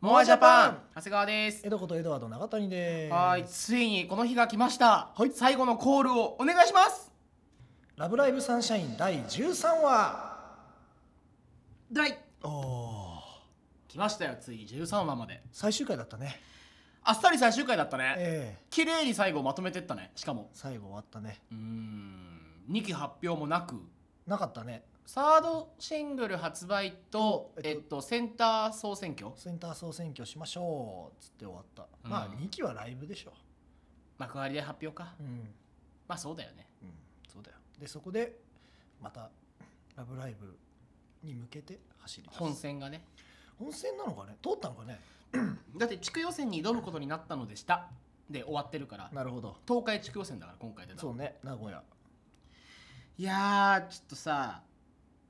モアジャパン長谷川です江戸こと江戸ワード永谷ですはいついにこの日が来ました、はい最後のコールをお願いしますラブライブサンシャイン第13話第おお来ましたよついに13話まで最終回だったねあっさり最終回だったねええ綺麗に最後まとめてったねしかも最後終わったねうーん2期発表もなくなかったねサードシングル発売と、ええっっととセンター総選挙、センター総選挙しましょうっつって終わった、うんまあ2期はライブでしょ幕張で発表か、うん、うん、まあそうだよねそうだよでそこでまたラブライブに向けて走り出す本戦がね本戦なのかね通ったのかねだって地区予選に挑むことになったのでしたで終わってるからなるほど東海地区予選だから今回でそうね名古屋いやーちょっとさ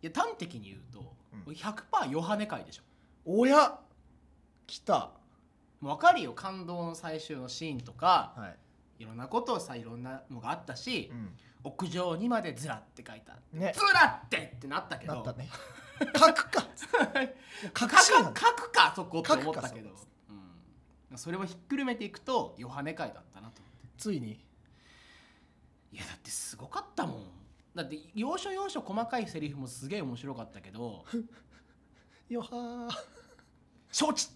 いや端的に言うと、うん100%ヨハネ会でしょおや来たもう分かるよ感動の最終のシーンとかはいいろんなことをさいろんなのがあったし、うん屋上にまでずらって書いたねずらってってなったけどなったね書くか 書書くくシーンなんだ書くかそこって思ったけど書くかうん、それをひっくるめていくとヨハネ会だったなと思ってついにいやだってすごかったもんだって要所要所細かいセリフもすげえ面白かったけどよはー「承知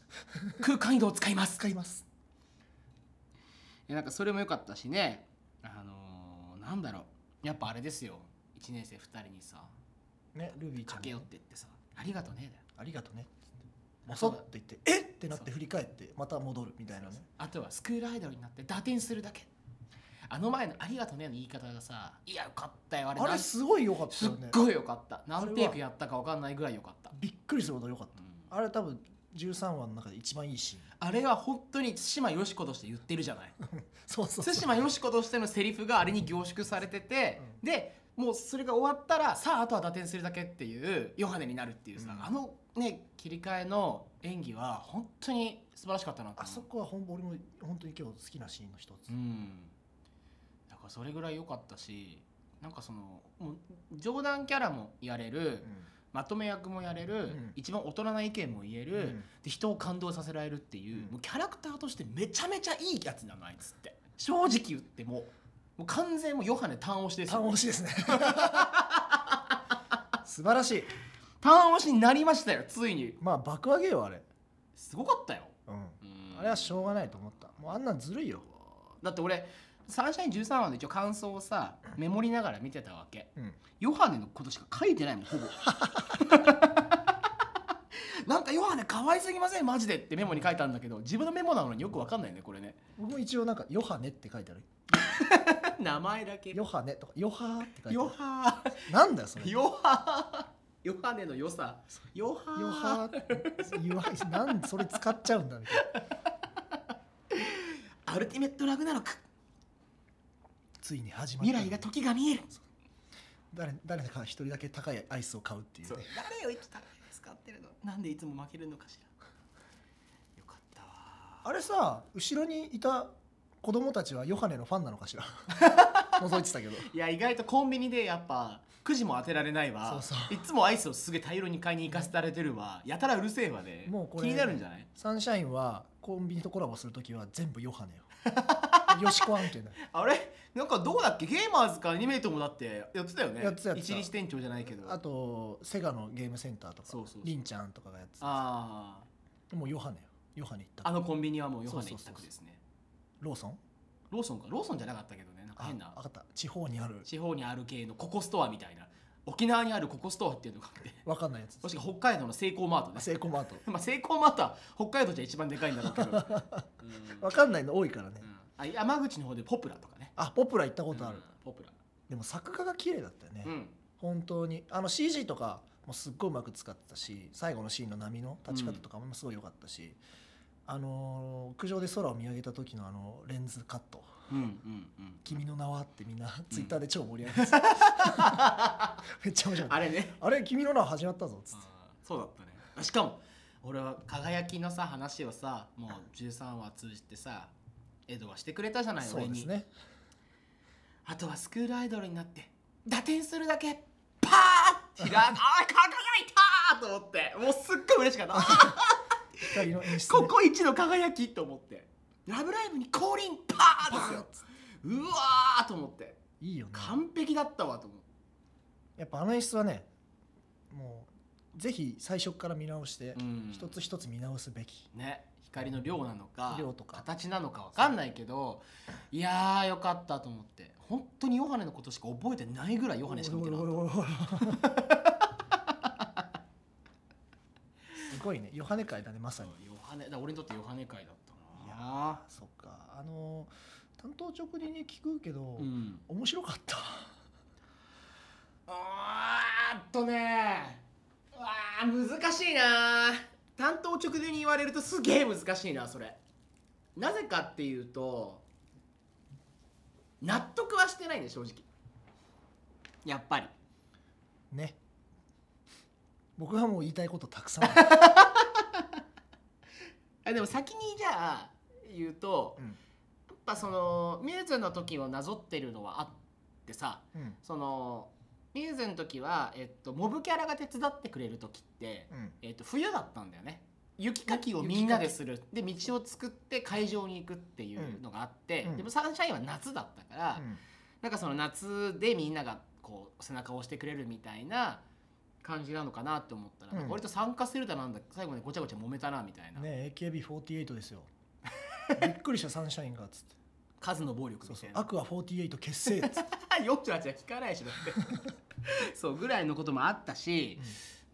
空間移動使います」使いますいやなんかそれも良かったしねあのー、なんだろうやっぱあれですよ1年生2人にさねルビーちゃん駆け寄ってってさ「ありがとね」だよありがとねもそっと言ってえっってなって振り返ってまた戻るみたいなねあとはスクールアイドルになって打点するだけあの前の「ありがとね」の言い方がさ「いやよかったよあれあなれんすごい良かったすっよねごいよかったは何テークやったか分かんないぐらいよかった、びっくりするほど良かっうんたあれ多分13話の中で一番いいシーンあれは本当に対馬よし子として言ってるじゃないそうそうそ 対う馬よし子としてのセリフがあれに凝縮されてて、でもうそれが終わったらさああとは打点するだけっていうヨハネになるっていうさ、うんあのね切り替えの演技は本当に素晴らしかったなとあそこはほん俺も本当に今日好きなシーンの一つうんだからそれぐらい良かったしなんかそのもう冗談キャラもやれる、まとめ役もやれる、ん一番大人な意見も言える、うんで人を感動させられるっていう,、うんもうキャラクターとしてめちゃめちゃいいやつなのあいつって正直言ってもうもう完全もうヨハネ単押しですよ単押しですね 素晴らしい単押しになりましたよついにまあ爆上げよあれすごかったよ、うんうんあれはしょうがないと思ったもうあんなんずるいよだって俺サンシャイン13話の一応感想をさメモりながら見てたわけうんヨハネのことしか書いてないもん ほぼなんかヨハネ可愛すぎませんマジでってメモに書いたんだけど自分のメモなのによくわかんないねこれね 僕も一応なんか「ヨハネ」って書いてある名前だけヨハネとか、ヨハーって書いてヨあハる。なんだよ、それ。ーヨハーヨハネの良さヨハーヨハー。ヨハー。なん、それ使っちゃうんだみたいな。アルティメットラグナロクついに始まった。未来が時が見える誰、誰か一人だけ高いアイスを買うっていうね。誰をいつ高い使ってるのなんでいつも負けるのかしらよかったわあれさ、後ろにいた子供たちはヨハネのファンなの かしら。覗いてたけど。いや意外とコンビニでやっぱくじも当てられないわそうそいつもアイスをすげえ大量に買いに行かせられてるわやたらうるせえわでもうこれ気になるんじゃないサンシャインはコンビニとコラボするときは全部ヨハネよ。 よしこ案件だよ。あれなんかどうだっけゲーマーズかアニメートもだってやってたよねやってたやってた一日店長じゃないけどあと、セガのゲームセンターとか、そうそうそうリンちゃんとかがやってた。あーもうヨハネよ。ヨハネ行った。あのコンビニはもうヨハネそう一そうそう択ですねローソンローソンかローソンじゃなかったけどねなんかあ変なわかった。地方にある。地方にある系のココストアみたいな沖縄にあるココストアっていうのがあってわかんないやつ。もしくは北海道のセイコーマートねセイコーマート。 まあセイコーマートは北海道じゃ一番でかいんだろうけど、うんわかんないの多いからねう。んあ山口の方でポプラとかねあ、ポプラ行ったことあるうん。ポプラでも作画が綺麗だったよねう。ん本当に。あの CG とかもすっごいうまく使ってたし、最後のシーンの波の立ち方とかもすごい良かったし、あのー屋上で空を見上げた時のあのレンズカット。うんうんうん君の名はってみんなツイッターで超盛り上がってた めっちゃ面白かっあれねた。あれ君の名は始まったぞっつって。あーそうだったねしかも俺は輝きのさ話をさもう13話通じてさエドはしてくれたじゃないそう俺でにすね。あとはスクールアイドルになって打点するだけパーッて開くあー輝いたーと思ってもうすっごい嬉しかったあー光の演出ここ一の輝きと思って「ラブライブ!」に降臨パーンですようわーと思っていいよね完璧だったわと思ってやっぱあの演出はねもうぜひ最初から見直して、うん一つ一つ見直すべきね光の量なのか量とか形なのかわかんないけどいやーよかったと思って本当にヨハネのことしか覚えてないぐらいヨハネしか見てなかったおいおいおいおいおいすごいねヨハネ会だねまさにヨハネだから俺にとってヨハネ会だったないあそっかあの担当直入に聞くけど、やーうん面白かったあーっとねーわー難しいなー担当直前に言われるとすげえ難しいなそれなぜかっていうと納得はしてないね正直やっぱりね僕はもう言いたいことたくさんあ る、あでも先にじゃあ言うとうんやっぱそのミューズの時をなぞってるのはあってさうんそのミューズの時は、えっと、モブキャラが手伝ってくれる時って、うんえっと、冬だったんだよね雪かきをみんなでするで道を作って会場に行くっていうのがあって、うんでもサンシャインは夏だったから、なんかその夏でみんながこう背中を押してくれるみたいな感じなのかなって思ったら、うんなんか割と参加するだなんだ最後にごちゃごちゃ揉めたなみたいな、ね AKB48 です よびっくりしたサンシャインがっつって数の暴力 そみうそたういなアクア48結成っつって、 48は聞かないしだって そうぐらいのこともあったし、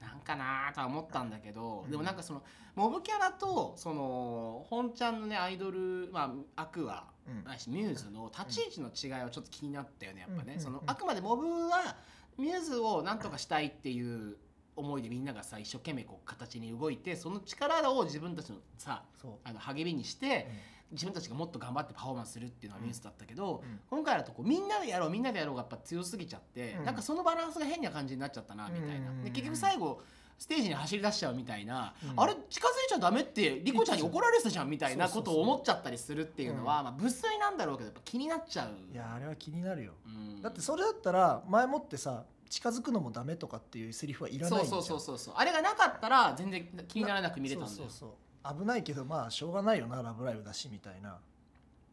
なんかなーとは思ったんだけど、うんでもなんかそのモブキャラとその本ちゃんのねアイドル、まあ、アクアうんうんないしミューズの立ち位置の違いはちょっと気になったよねやっぱね、うんそのうんあくまでモブはミューズをなんとかしたいっていう思いでみんながさ一生懸命こう形に動いてその力を自分たちのさそう、あの励みにして自分たちがもっと頑張ってパフォーマンスするっていうのはミューズだったけど、うん今回だとこうみんなでやろうみんなでやろうがやっぱ強すぎちゃって、うんなんかそのバランスが変な感じになっちゃったなみたいな、うんで結局最後ステージに走り出しちゃうみたいな、うんあれ近づいちゃダメってリコちゃんに怒られてたじゃんみたいなそこうそとうそうを思っちゃったりするっていうのは、まあ、無粋なんだろうけどやっぱ気になっちゃう。いやあれは気になるようんだってそれだったら前もってさ近づくのもダメとかっていうセリフはいらそなういんじそゃんうそうそうそうあれがなかったら全然気にならなく見れたんだよそうそうそう危ないけどまあしょうがないよな「ラブライブ!」だしみたいな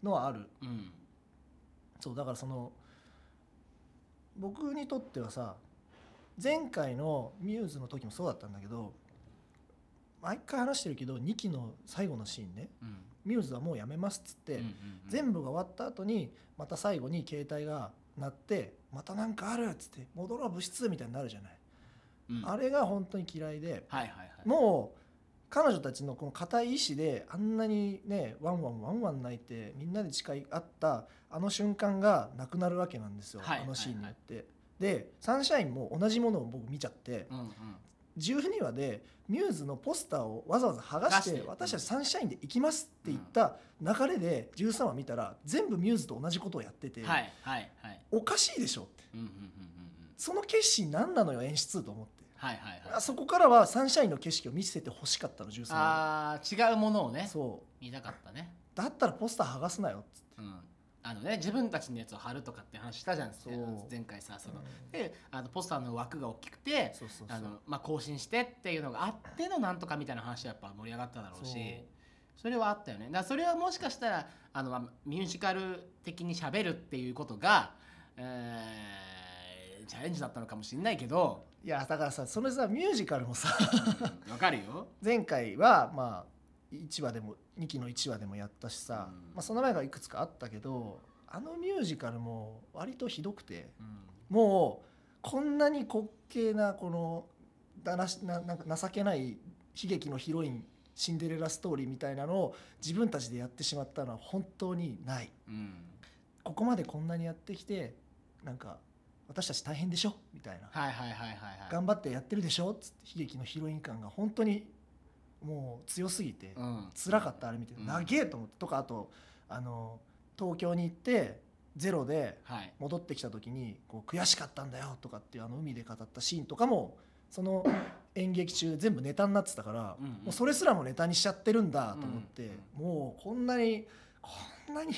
のはあるうんそうだからその僕にとってはさ前回のミューズの時もそうだったんだけど毎回話してるけど2期の最後のシーンねうんミューズはもうやめますっつって、うんうんうん全部が終わった後にまた最後に携帯が鳴ってまたなんかあるっつって戻ろう部室みたいになるじゃない、うんあれが本当に嫌いではいはいはいもう彼女たちのこの固い意志であんなにねワンワンワンワン泣いてみんなで誓い合ったあの瞬間がなくなるわけなんですよ、はいあのシーンによって。でサンシャインも同じものを僕見ちゃってうんうん12話でミューズのポスターをわざわざ剥が剥しがてして私たちサンシャインで行きますって言った流れで13話見たら全部ミューズと同じことをやっててはいはいはいおかしいでしょってうんうんうんうんうんその決心何なのよ演出と思ってはいはいはいあそこからはサンシャインの景色を見せてほしかったの13話あー違うものをねそう見たかったね、だったらポスター剥がすなよっつってうん、あのね自分たちのやつを貼るとかって話したじゃんそう前回さその、うんであのポスターの枠が大きくてそうそうそうあの、まあ、更新してっていうのがあってのなんとかみたいな話はやっぱ盛り上がっただろうしそうそれはあったよねだからそれはもしかしたらあの、まあ、ミュージカル的に喋るっていうことが、えーチャレンジだったのかもしれないけどいやだからさそれさミュージカルもさうんわかるよ前回はまあ1話でも2期の1話でもやったしさ、うんまあ、その前がいくつかあったけどあのミュージカルも割とひどくてうんもうこんなに滑稽なこのだらしななんか情けない悲劇のヒロインシンデレラストーリーみたいなのを自分たちでやってしまったのは本当にないうんここまでこんなにやってきてなんか私たち大変でしょみたいなはいはいはいはいはい頑張ってやってるでしょっつって悲劇のヒロイン感が本当にもう強すぎてうん辛かったあれ見てうん長えと思ってとかあとあの東京に行ってゼロではい戻ってきた時にこう悔しかったんだよとかっていうあの海で語ったシーンとかもその演劇中全部ネタになってたからうんうんもうそれすらもネタにしちゃってるんだと思ってうもうこんなにこんなに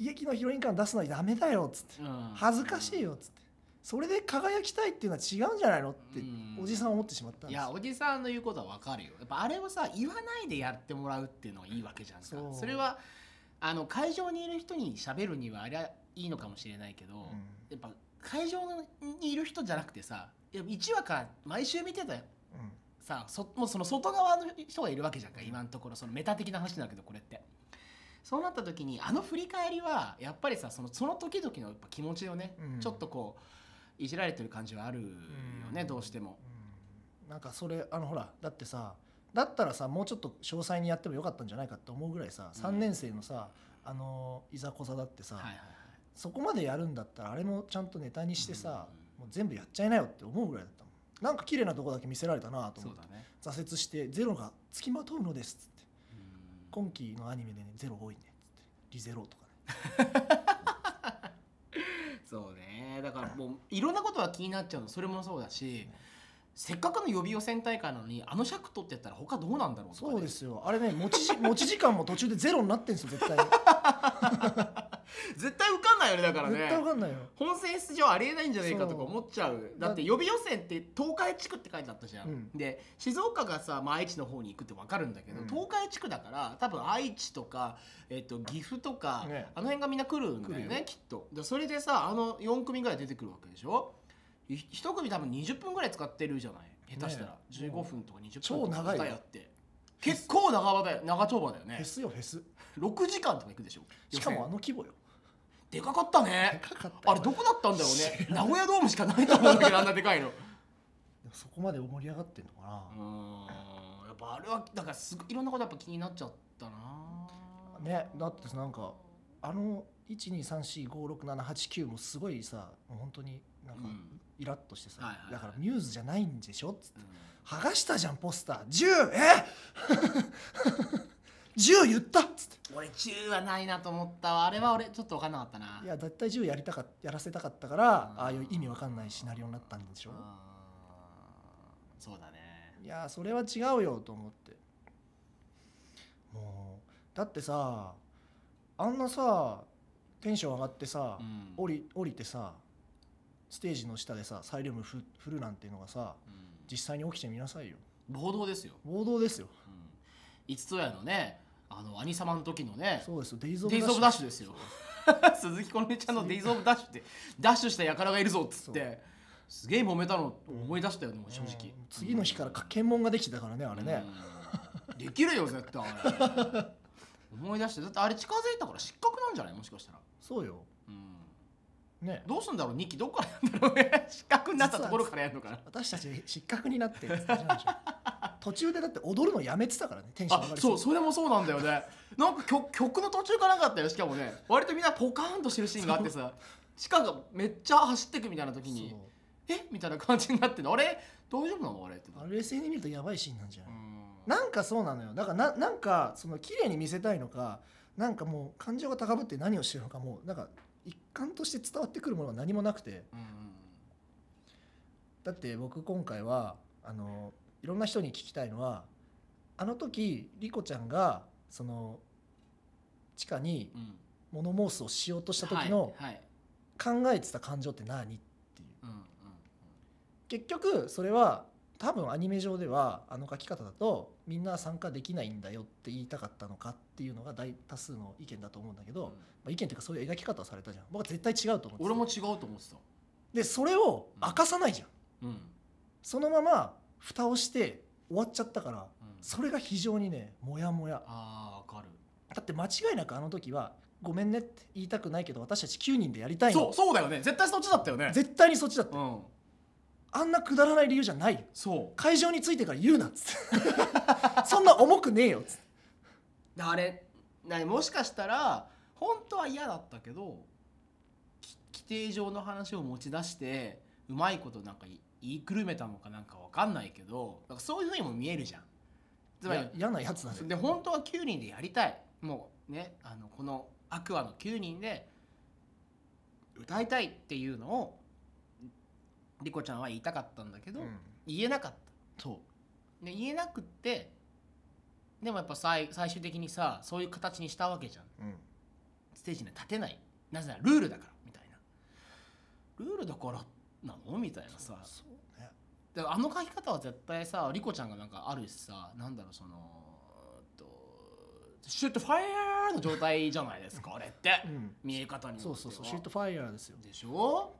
悲劇のヒロイン感出すのはダメだよっつってうん恥ずかしいよっつってそれで輝きたいっていうのは違うんじゃないのってうんおじさんは思ってしまったんいですやおじさんの言うことは分かるよやっぱあれをさ言わないでやってもらうっていうのがいいわけじゃんかそうそれはあの会場にいる人に喋るにはあれはいいのかもしれないけど、うんやっぱ会場にいる人じゃなくてさやっぱ1話から毎週見てたうんさそもうその外側の人がいるわけじゃんか今のところそのメタ的な話なんだけどこれってそうなった時にあの振り返りはやっぱりさそのその時々のやっぱ気持ちをね、うんちょっとこういじられてる感じはあるよね、うんどうしても。うんなんかそれあのほらだってさだったらさもうちょっと詳細にやってもよかったんじゃないかって思うぐらいさうん3年生のさ、あのいざこざだってさ、はいはいはいそこまでやるんだったらあれもちゃんとネタにしてさ、うんもう全部やっちゃいなよって思うぐらいだったもんなんか綺麗なとこだけ見せられたなとそ思っうてだね挫折して「ゼロがつきまとうのです」っつってうん今期のアニメでね「ゼロ多いね」っつって「リゼロ」とかねそうねだからもういろんなことが気になっちゃうのそれもそうだしせっかくの予備予選大会なのにあの尺取ってったら他どうなんだろうとかね、そうですよあれね持ちじ 持ち時間も途中でゼロになってんですよ絶対に絶対受かんないよねだからね絶対わかんないよ本選出場ありえないんじゃないかとかそう思っちゃうだって予備予選って東海地区って書いてあったじゃん、うんで静岡がさ、まあ、愛知の方に行くって分かるんだけど、うん東海地区だから多分愛知とか、えっと岐阜とか、ねあの辺がみんな来るんだよ来るねきっとでそれでさあの4組ぐらい出てくるわけでしょい一組多分20分ぐらい使ってるじゃない下手したら、ね15分とか20分超とか長いよやって結構長場だよ長丁場だよフェねスよフェス6時間とか行くでしょしかもあ予の規模よ選でかかったねでかかったあれどこだったんだろうね名古屋ドームしかないと思うんだけどあんなでかいのうでもそこまで盛り上がってんのかな、ーんやっ ぱあれはだからすごいいろんなことやっぱ気になっちゃったなねだってなんかあの123456789もすごいさもう本当になんうかんイラッとしてさ、はいはいはいだからミューズじゃないんでしょっつってうん剥がしたじゃんポスター10え 10言ったっつって俺10はないなと思ったわあれは俺ちょっと分かんなかったないや絶対10やりたかやらせたかったからうんああいう意味わかんないシナリオになったんでしょうーんそうだねいやそれは違うよと思ってもうだってさあんなさテンション上がってさ、うん降り降りてさステージの下でさサイリウムふ振るなんていうのがさうん実際に起きてみなさいよ暴動ですよ、暴動ですようん、いつとやのねあの兄様の時のねそうですよデイズ・デイズ・オブ・ダッシュでですよ 鈴木好美ちゃんの「デイズ・オブ・ダッシュ」ってダッシュした輩がいるぞっつってすげえ揉めたの思い出したよねもう正直次の日からかか検問ができてたからねあれねできるよ絶対あれ思い出してだってあれ近づいたから失格なんじゃないもしかしたらそうようんねどうすんだろう2期どっからやるんだろうね 失格になったところからやるのかな私たち失格になってるって言ってたじゃないでしょ途中でだって踊るのやめてたからねテンション上あがりすそぎてうそれもそうなんだよねなんか曲 曲の途中かなんかあったよしかもね割とみんなポカーンとしてるシーンがあってさ地下がめっちゃ走ってくみたいな時にそうえみたいな感じになってんのあれ大丈夫なのあれってあれ冷静に見るとやばいシーンなんじゃない、うんなんかそうなのよだからななんかその綺麗に見せたいのかなんかもう感情が高ぶって何をしてるのかもうなんか一貫として伝わってくるものが何もなくてうんだって僕今回はあのいろんな人に聞きたいのはあの時莉子ちゃんがその地下にうんうん物申すをしようとした時のはいはい考えてた感情って何っていううんうん結局それは多分アニメ上ではあの書き方だとみんな参加できないんだよって言いたかったのかっていうのが大多数の意見だと思うんだけど、うんまあ、意見というかそういう描き方をされたじゃん僕は絶対違うと思ってた俺も違うと思ってたでそれを明かさないじゃん、うんうんそのまま蓋をして終わっちゃったからそれが非常にねモヤモヤああわかるだって間違いなくあの時は「ごめんね」って言いたくないけど私たち9人でやりたいそのうそうだよね絶対そっちだったよね絶対にそっちだってうんあんなくだらない理由じゃないよそ会場についてから言うなっつって そんな重くねえよっつってうあれなにもしかしたら本当は嫌だったけどき規定上の話を持ち出してうまいことなんかい言いくるめたのかなんかわかんないけどなんかそういうふうにも見えるじゃんつまりいや嫌なやつだねで本当は9人でやりたいもうねあのこの「アクアの9人で歌いたいっていうのをリコちゃんは言いたかったんだけど、うん言えなかったそで言えなくってでもやっぱ最最終的にさそういう形にしたわけじゃんう、うん、ステージには立てないなぜならルールだからみたいなルールだからっなのみたいなさそうねであの書き方は絶対さリコちゃんがなんかあるしさなんだろうそのえっとシュットファイヤーの状態じゃない ですかあれってうん見え方によってそはうそうそうシュートファイヤーですよでしょ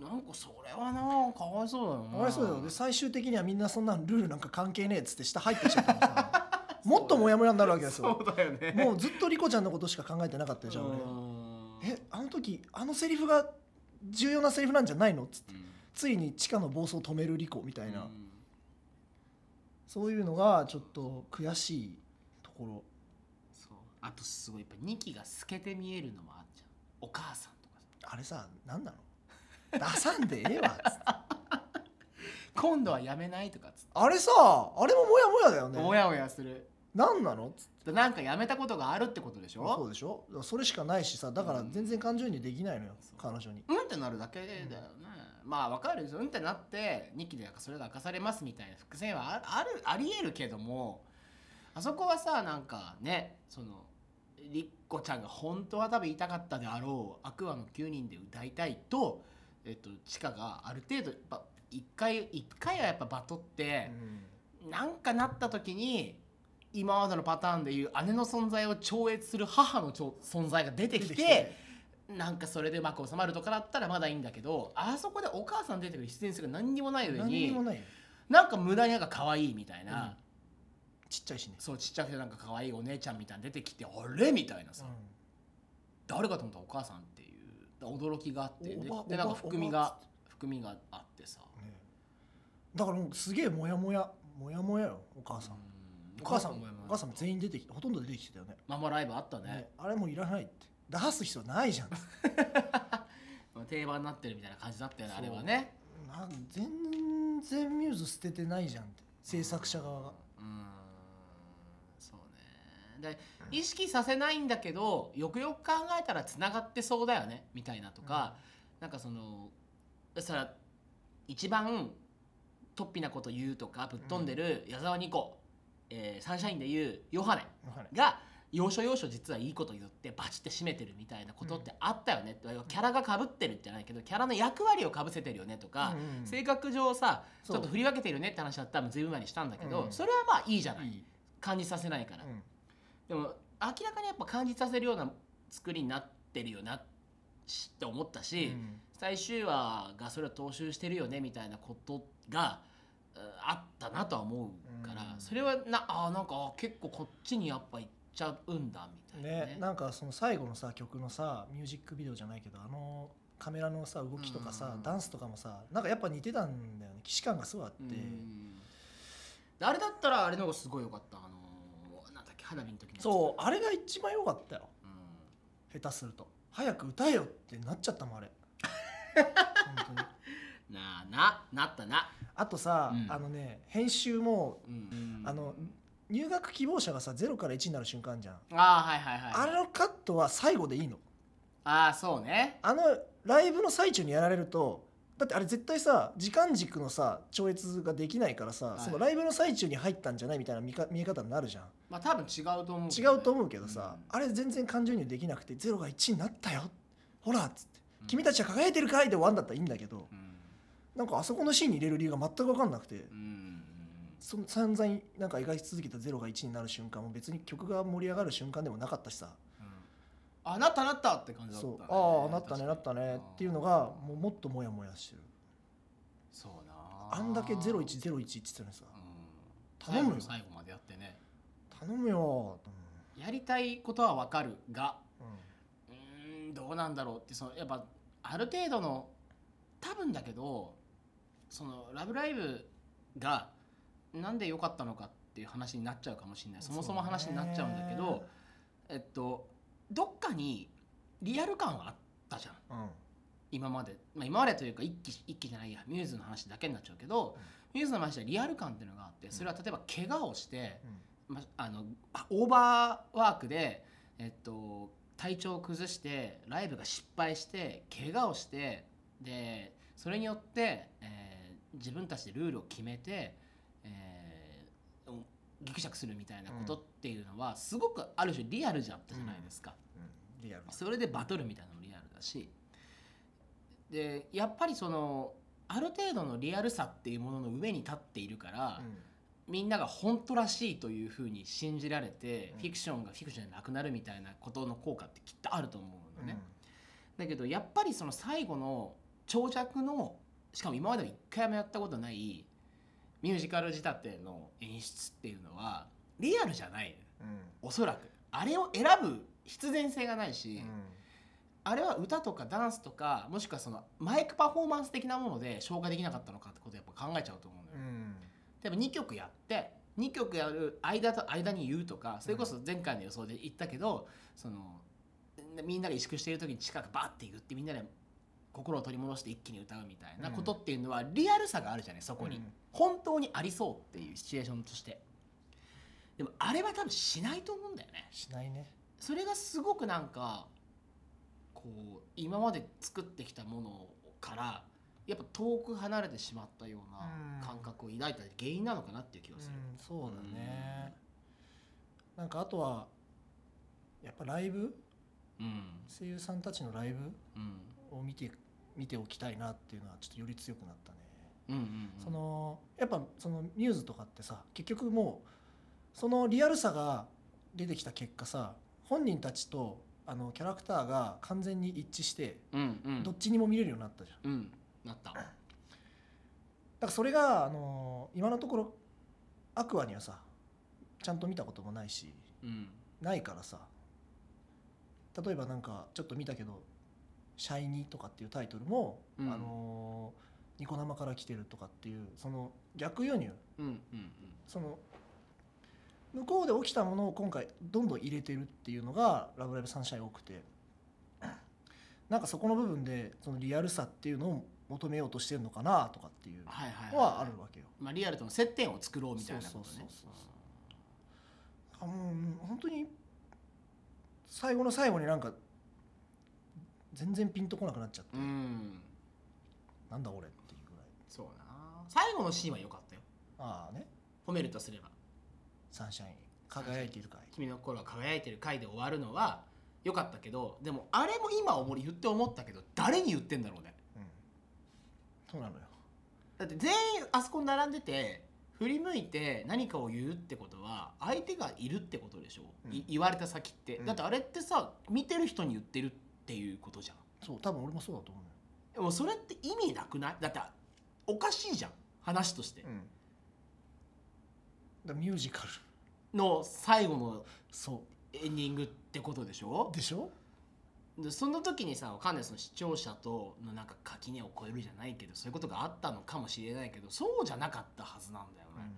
なんかそれはなかわいそうだよなかわいそうだよで最終的にはみんなそんなルールなんか関係ねえっつって下入ってきちゃったから さもっとモヤモヤになるわけですよそうだよねもうずっとリコちゃんのことしか考えてなかったじゃん俺うんえあの時あのセリフが重要なセリフなんじゃないのっつってうんついに地下の暴走を止めるリコみたいうな、んそういうのがちょっと悔しいところそうあとすごいやっぱ2期が透けて見えるのもあっちゃうお母さんとかさあれさ何なの出さんでええわっつって今度はやめないとかっつっあれさあれもモヤモヤだよて、ねおやおやする何なのっつってでなんかやめたことがあるってことでしそうょでしょだからそれしかないしさだから全然感情移入できないのよ、そう彼女にうんってなるだけだよね、まあわかるですうんってなって2期でそれが明かされますみたいな伏線はああるありえるけどもあそこはさなんかねそのりっこちゃんが本当は多分言いたかったであろう「アクアの9人」で歌いたいと、えっと、チカがある程度やっぱ1回一回はやっぱバトって。なんかなった時に今までのパターンでいう姉の存在を超越する母のちょ存在が出てきて出てきてなんかそれでうまく収まるとかだったらまだいいんだけどあそこでお母さん出てくる必然性が何にもない上何ににもないよなんか無駄になんか可愛いみたいな、ちっちゃいしね、そうちっちゃくてなんか可愛いお姉ちゃんみたいなの出てきてあれみたいなさ、誰かと思ったらお母さんっていう驚きがあってでおばでなんおかば含みおばが含みがあってさうんねだからもうすげえモヤモヤモヤモヤよお母さん、うお母さんおお母さん全員出てきほとんど出てきてたよねママライブあったねねあれもういらないって出す必要ないじゃん定番になってるみたいな感じだったよねあそうれはねなん全然ミューズ捨ててないじゃんって制作者側がうーんそうねで意識させないんだけどよくよく考えたらつながってそうだよねみたいなとか、なんかそのそら一番とっぴなこと言うとかぶっ飛んでる矢沢二子、えーサンシャインで言うヨハネわかんないが要所要所実はいいこと言ってバチって締めてるみたいなことってあったよね、キャラがかぶってるってないけどキャラの役割をかぶせてるよねとか、うんうん性格上さちそうょっと振り分けてるねって話だったらもう随分前にしたんだけど、うんそれはまあいいじゃないいい感じさせないから、うんでも明らかにやっぱ感じさせるような作りになってるよなしって思ったし、うん最終話がそれを踏襲してるよねみたいなことがうんあったなとは思うから、うんそれはなあーなんかあー結構こっちにやっぱ行っちゃうんだみたいなねね、なんかその最後のさ曲のさミュージックビデオじゃないけどあのカメラのさ動きとうかんさうんうんダンスとかもさなんかやっぱ似てたんだよね既視感がすごいあってうんであれだったらあれの方がすごい良かったあのーなんだっけ花火の時のやつそうあれが一番良かったようん下手すると早く歌えよってなっちゃったもんあれ本当になあななったな、あとさ、うんあのね編集もうんあの入学希望者がさ0から1になる瞬間あんじゃん、あーはいはいはいあれのカットは最後でいいのああそうねあのライブの最中にやられるとだってあれ絶対さ時間軸のさ超越ができないからさ、いそのライブの最中に入ったんじゃないみたいな見か見え方になるじゃんまあ多分違うと思うけ違どね、うと思うけどさ、うんあれ全然感情移入できなくて0が1になったよほらっつって、うん君たちは輝いてるかいで終わんだったらいいんだけどうんなんかあそこのシーンに入れる理由が全く分かんなくて、うんうんその散々なんか描き続けた0が1になる瞬間も別に曲が盛り上がる瞬間でもなかったしさうんあなったなったって感じだった、そねう、ああなっ確たねかになったねっていうのがもうもっとモヤモヤしてるそうなあんだけ0101って言ってたのにさうん、頼む最後よの最後までやってね頼むよ、やりたいことはわかるがうんうんうーんどうなんだろうってそのやっぱある程度の多分だけどその「ラブライブ!」がなんで良かったのかっていう話になっちゃうかもしれないそもそも話になっちゃうんだけそうねど、えっとどっかにリアル感はあったじゃんうん今まで、まあ、今までというか一期一期じゃないやミューズの話だけになっちゃうけど、ミューズの話はリアル感っていうのがあってそれは例えば怪我をして、ま、あのあオーバーワークで、えっと、体調を崩してライブが失敗して怪我をしてでそれによって、えー自分たちでルールを決めて、えーおギクシャクするみたいなことっていうのは、すごくある種リアルじゃったじゃないですか、うんリアルそれでバトルみたいなのもリアルだしでやっぱりそのある程度のリアルさっていうものの上に立っているから、みんなが本当らしいというふうに信じられて、うんフィクションがフィクションじゃなくなるみたいなことの効果ってきっとあると思ううのんね、だけどやっぱりその最後の長尺のしかも今までも一回もやったことないミュージカル仕立ての演出っていうのはリアルじゃないうんおそらくあれを選ぶ必然性がないし、あれは歌とかダンスとかもしくはそのマイクパフォーマンス的なもので消化できなかったのかってことをやっぱ考えちゃうと思うのうよ。ん例えば2曲やって2曲やる間と間に言うとかそれこそ前回の予想で言ったけど、そのみんなが萎縮している時に近くバッて言ってみんなで心を取り戻して一気に歌うみたいなことっていうのはリアルさがあるじゃないそこに、うん本当にありそうっていうシチュエーションとしてでもあれは多分しないと思うんだよねしないねそれがすごくなんかこう今まで作ってきたものからやっぱ遠く離れてしまったよううんな感覚を抱いた原因なのかなっていう気がする。うんそうだねなんかあとはやっぱライブうん声優さんたちのライブうんを見て見ておきたいなっていうのはちょっとより強くなったうんね、うんそのやっぱそのミューズとかってさ結局もうそのリアルさが出てきた結果さ本人たちとあのキャラクターが完全に一致してうんうんどっちにも見れるようになったじゃん、だうんなった。からそれがあの今のところアクアにはさちゃんと見たこともないしうんないからさ例えばなんかちょっと見たけど「シャイニー」とかっていうタイトルも、うんあのニコ生から来てるとかっていうその逆輸入うんうんうんその向こうで起きたものを今回どんどん入れてるっていうのが「ラブライブサンシャイン」多くて なんかそこの部分でそのリアルさっていうのを求めようとしてるのかなとかっていうはいはいはいのはあるわけよ。まあリアルとの接点を作ろうみたいなことね。そうそうそうそあもううん本当に最後の最後になんか全然ピンとこなくなっちゃって、うんなんだ俺っていうぐらいそうな。最後のシーンは良かったよ。ああね褒めるとすればサンシャイン輝いているかい君の心は輝いてる回で終わるのは良かったけどでもあれも今思い言って思ったけど誰に言ってんだろうねうん、そうなのよだって全員あそこに並んでて振り向いて何かを言うってことは相手がいるってことでしょ、うんい言われた先って、うんだってあれってさ見てる人に言ってるっていうことじゃんそう多分俺もそうだと思うでもそれって意味なくないだっておかしいじゃん話としてのよ、、うん、だからミュージカルの最後のそエンディングってことでしょうでしょでその時にさわかんないその視聴者とのなんか垣根を越えるじゃないけどそういうことがあったのかもしれないけどそうじゃなかったはずなんだようね。ん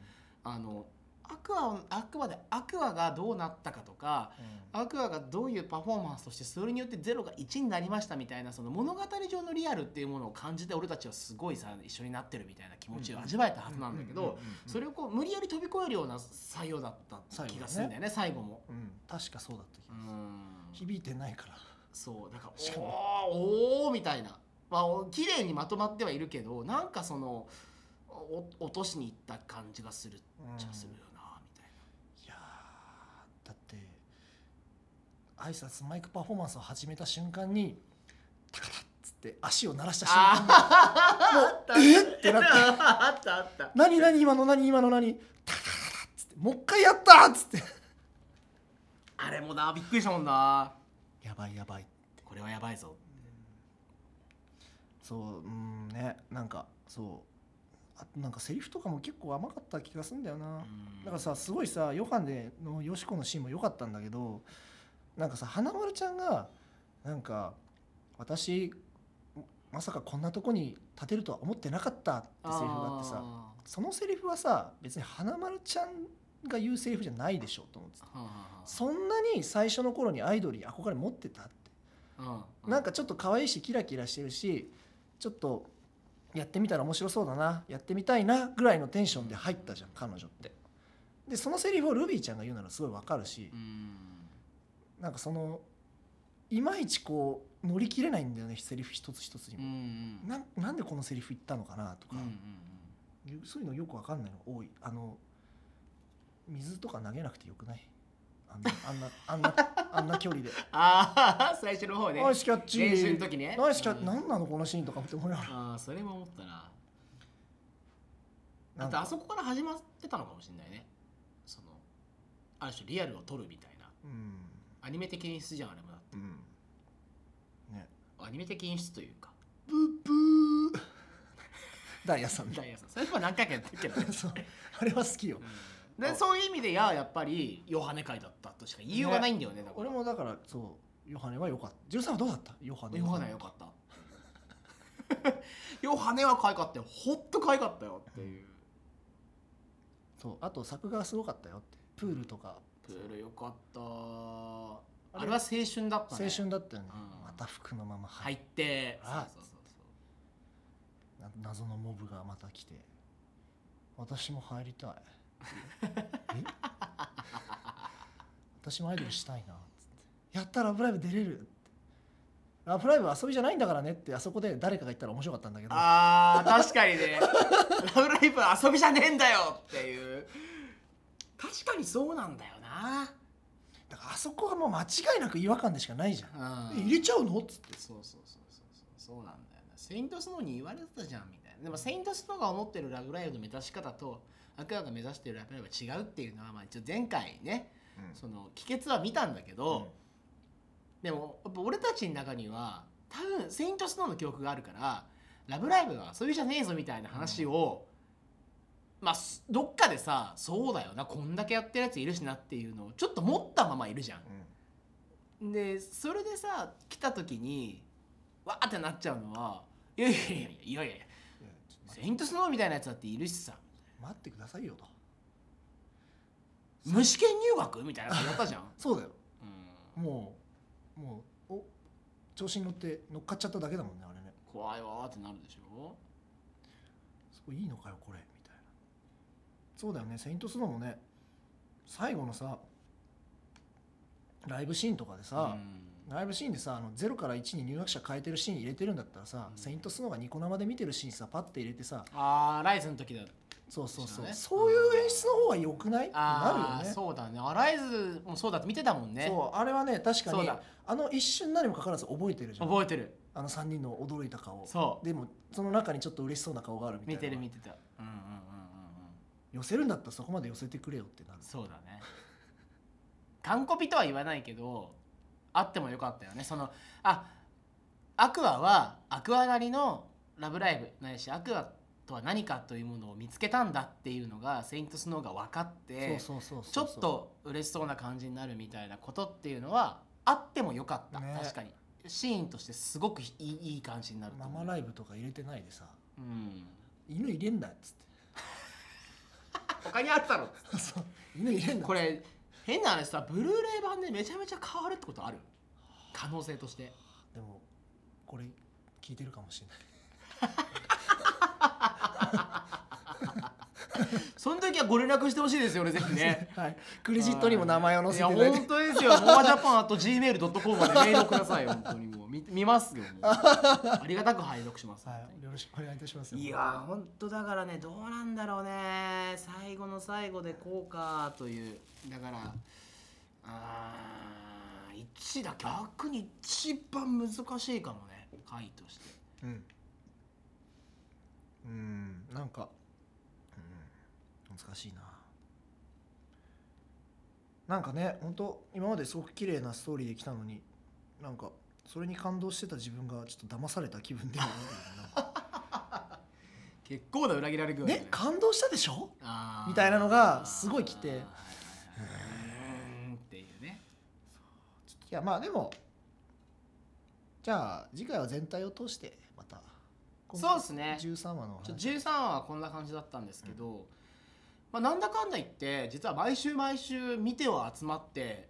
あのアクアをあくまでアクアがどうなったかとかアクアがどういうパフォーマンスとしてそれによってゼロが1になりましたみたいなその物語上のリアルっていうものを感じて俺たちはすごいさ一緒になってるみたいな気持ちを味わえたはずなんだけうんうんどうんうんそれをこう無理やり飛び越えるような作業だった気がするんだよね最後も。うん、確かそうだった気うがするん響いてないからそうだからしかおーおーみたいなまあお綺麗にまとまってはいるけどなんかそのお落としにいった感じがするっうんちゃするよなみたいいやーだって挨拶マイクパフォーマンスを始めた瞬間にタカタッつって足を鳴らした瞬間にな、あったえっってなってあったあった「何何今の何今の何タカタカタッつって「もう一回やった!」っつってあれもなびっくりしたもんな「やばいやばいこれはやばいぞ」そううんねなんかそうあとなんかセリフとかも結構甘かった気がするんだよな、だからさすごいさヨハンでのよしこのシーンも良かったんだけどなんかさ花丸ちゃんがなんか私まさかこんなとこに立てるとは思ってなかったってセリフがあってさあそのセリフはさ別に花丸ちゃんが言うセリフじゃないでしょと思ってたーはあそんなに最初の頃にアイドルに憧れ持ってたってはあなんかちょっと可愛いしキラキラしてるしちょっとやってみたら面白そうだなやってみたいなぐらいのテンションで入ったじゃん彼女って。でそのセリフをルビーちゃんが言うならすごいわかるしうんなんかそのいまいちこう乗り切れないんだよねセリフ一つ一つにうんうも。んななんでこのセリフ言ったのかなとうかん、そういうのよくわかんないのが多いあの水とか投げなくてよくないあんなあんなあんなあんな 距離でああ最初の方「ねナイスキャッチ!」練習の時ねナイスキャッチ、うん何なのこのシーンとかって思いながらああそれも思ったなだなっんてあかそこから始まってたのかもしれないねそのある種リアルを撮るみたいなうんアニメ的演出じゃんあれもだってうんねアニメ的演出というかブーブーダイヤさんダイヤさんそれは何回かやってるけどね そうあれは好きようんでそういう意味でややっぱりヨハネ会だったとしか言いようがないんだよねだから俺もだからそうヨハネは良かった13はどうだったヨハネヨハネはよかった ヨハネは可愛かったよほっと可愛かったよっていうそうあと作画がすごかったよってプールとかプールよかったああれれは青春だったね青春だったよね、うんまた服のまま入入っってあそうそうそうそうな謎のモブがまた来て私も入りたいえ 私もアイドルしたいなっつってやったラブライブ出れるってラブライブは遊びじゃないんだからねってあそこで誰かが言ったら面白かったんだけどあー確かにね「ラブライブ!」遊びじゃねえんだよっていう確かにそうなんだよだからあそこはもう間違いなく違和感でしかないじゃん、な、え入れちゃうのっつってそうそうそうそうそうそうなんだよなセイントスノーに言われてたじゃんみたいなでもセイントスノーが思ってるラブライブの目指し方とアクアが目指してるラブライブは違うっていうのは、まあ、一応前回ねその帰結は見たんだけど、でもやっぱ俺たちの中には多分セイントスノーの記憶があるから「ラブライブ!」は遊びじゃねえぞみたいな話を、まあすどっかでさそうだよなこんだけやってるやついるしなっていうのをちょっと持ったままいるじゃん。でそれでさ来た時にわーってなっちゃうのはいやいやいやいやいやいやいやちょっと待セってイントスノーみたいなやつだっているしさ待ってくださいよと無試験入学みたいなことやったじゃん。そうだようんもうもうお調子に乗って乗っかっちゃっただけだもんねあれね怖いわーってなるでしょそこいいのかよこれみたいなそうだよね「セイントスノー」もね最後のさライブシーンとかでさ、うんライブシーンでさあの0から1に入学者変えてるシーン入れてるんだったらさ「うんセイントスノー」がニコ生で見てるシーンさパッて入れてさあーライズの時だそうそうそう、そうだねそういう演出の方が良くないってなあるあよねそうだねアライズもそうだって見てたもんねそうあれはね確かそうにだあの一瞬何もかかわらず覚えてるじゃん覚えてるあの3人の驚いた顔そうでもその中にちょっと嬉しそうな顔があるみた見いなてる見てたうんうんうんうんうん寄せるんだったらそこまで寄せてくれよってなるそうだね完コピとは言わないけどあってもよかったよねそのあアクアはアクアなりの「ラブライブ!」ないしアクアとは何かというものを見つけたんだっていうのが「セイントスノー」が分かってそうそうそうちょっと嬉しそうな感じになるみたいなことっていうのはあってもよかった、ね確かにシーンとしてすごくいいいい感じになると思う生ライブとか入れてないでさうん、犬入れんなっつっ他にあったろ てそう犬入れんなこれ変な話さブルーレイ版でめちゃめちゃ変わるってことある可能性としてでもこれ聞いてるかもしれないその時はご連絡してほしいですよねぜひねはい クレジットにも名前を載せていただやい本て当ですよモアジャパンあと gmail.com までメールをくださいよ本当にもう見見ます よもうありがたく拝読します、はいよろしくお願いいたしますよいやー本当だからねどうなんだろうね最後の最後でこうかというだからあー1だ逆に一番難しいかもね回としてうんうんなんか、うん、難しいななんかね本当今まですごく綺麗なストーリーで来たのになんかそれに感動してた自分がちょっと騙された気分でもあるよねなんか結構な裏切られ具合だ ね感動したでしょあーみたいなのがすごい来てうーんっていうねいやまあでもじゃあ次回は全体を通してまたそうっすね13話の話ちょ13話はこんな感じだったんですけど、まあ、なんだかんだ言って実は毎週毎週見ては集まって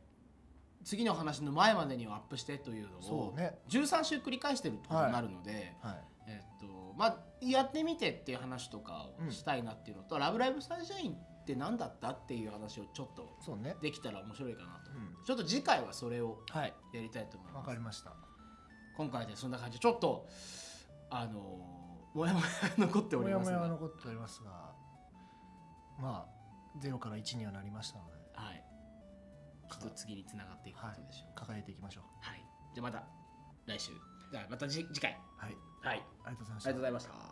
次の話の前までにはアップしてというのそをうね13週繰り返してるってことになるので、はいえっとまあ、やってみてっていう話とかをしたいなっていうのと「ラブライブサンシャイン」って何だったっていう話をちょっとそうねできたら面白いかなと、うんちょっと次回はそれをはいやりたいと思いわますかりました今回でそんな感じでちょっとあのー、もやもや残っておもりやまもすやがは残っておりますがまあ0から1にはなりましたのではい。ちょっと次につながっていくこはいとでしょう、抱えていきましょうはい、じゃあまた来週じゃあまたじ次回はいはいありがとうございましありがとたうございました